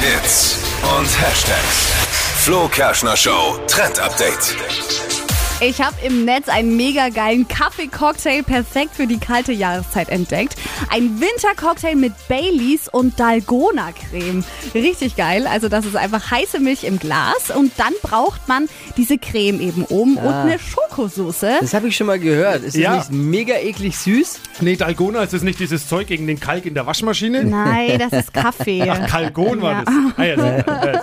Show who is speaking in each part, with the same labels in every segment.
Speaker 1: Hits und Hashtags. Flo Kerschner Show Trend Update.
Speaker 2: Ich habe im Netz einen mega geilen Kaffee-Cocktail perfekt für die kalte Jahreszeit entdeckt. Ein Wintercocktail mit Baileys und Dalgona-Creme. Richtig geil. Also das ist einfach heiße Milch im Glas und dann braucht man diese Creme eben oben und eine Schokosoße.
Speaker 3: Das habe ich schon mal gehört. Ist
Speaker 4: Ja.
Speaker 3: das nicht mega eklig süß?
Speaker 4: Nee, Dalgona ist das nicht dieses Zeug gegen den Kalk in der Waschmaschine?
Speaker 2: Nein, das ist Kaffee.
Speaker 4: Ach, Kalkon war
Speaker 2: Ja.
Speaker 4: das. Ah, ja, äh,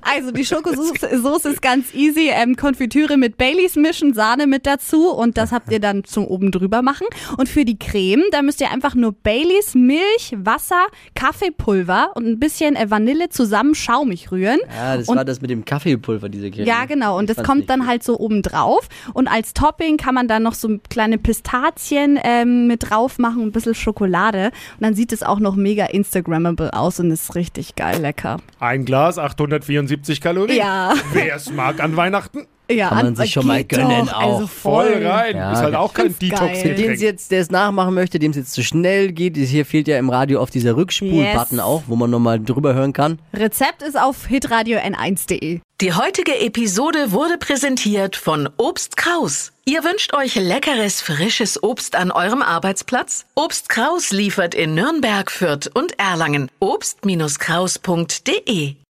Speaker 2: Also die Schokosoße Soße ist ganz easy. Ähm, Konfitüre mit Baileys mischen, Sahne mit dazu und das habt ihr dann zum oben drüber machen. Und für die Creme, da müsst ihr einfach nur Baileys, Milch, Wasser, Kaffeepulver und ein bisschen äh, Vanille zusammen schaumig rühren.
Speaker 3: Ja, das
Speaker 2: und
Speaker 3: war das mit dem Kaffeepulver, diese Creme.
Speaker 2: ja, genau. Und
Speaker 3: Ich
Speaker 2: das
Speaker 3: fand's
Speaker 2: kommt
Speaker 3: nicht
Speaker 2: dann
Speaker 3: gut.
Speaker 2: halt so oben drauf. Und als Topping kann man dann noch so kleine Pistazien ähm, mit drauf machen, ein bisschen Schokolade. Und dann sieht es auch noch mega Instagrammable aus und ist richtig geil lecker.
Speaker 4: ein Glas, 874 Kalorien.
Speaker 2: Ja.
Speaker 4: Wer es mag an Weihnachten,
Speaker 2: Ja, also
Speaker 3: Kann man sich schon mal
Speaker 2: geht
Speaker 3: gönnen
Speaker 2: doch,
Speaker 3: auch.
Speaker 2: Also
Speaker 4: voll
Speaker 2: voll.
Speaker 4: rein.
Speaker 3: Ja,
Speaker 4: ist halt auch kein
Speaker 2: find's geil.
Speaker 3: Dem
Speaker 4: Detox-Getränk.
Speaker 3: es jetzt, der es nachmachen möchte, dem es jetzt zu schnell geht, ist- hier fehlt ja im Radio oft dieser Rückspul-Button
Speaker 2: Yes.
Speaker 3: auch, wo man nochmal drüber hören kann.
Speaker 2: Rezept ist auf hitradio n1.de.
Speaker 5: Die heutige Episode wurde präsentiert von Obst Kraus. Ihr wünscht euch leckeres, frisches Obst an eurem Arbeitsplatz? Obst Kraus liefert in Nürnberg, Fürth und Erlangen. Obst-Kraus.de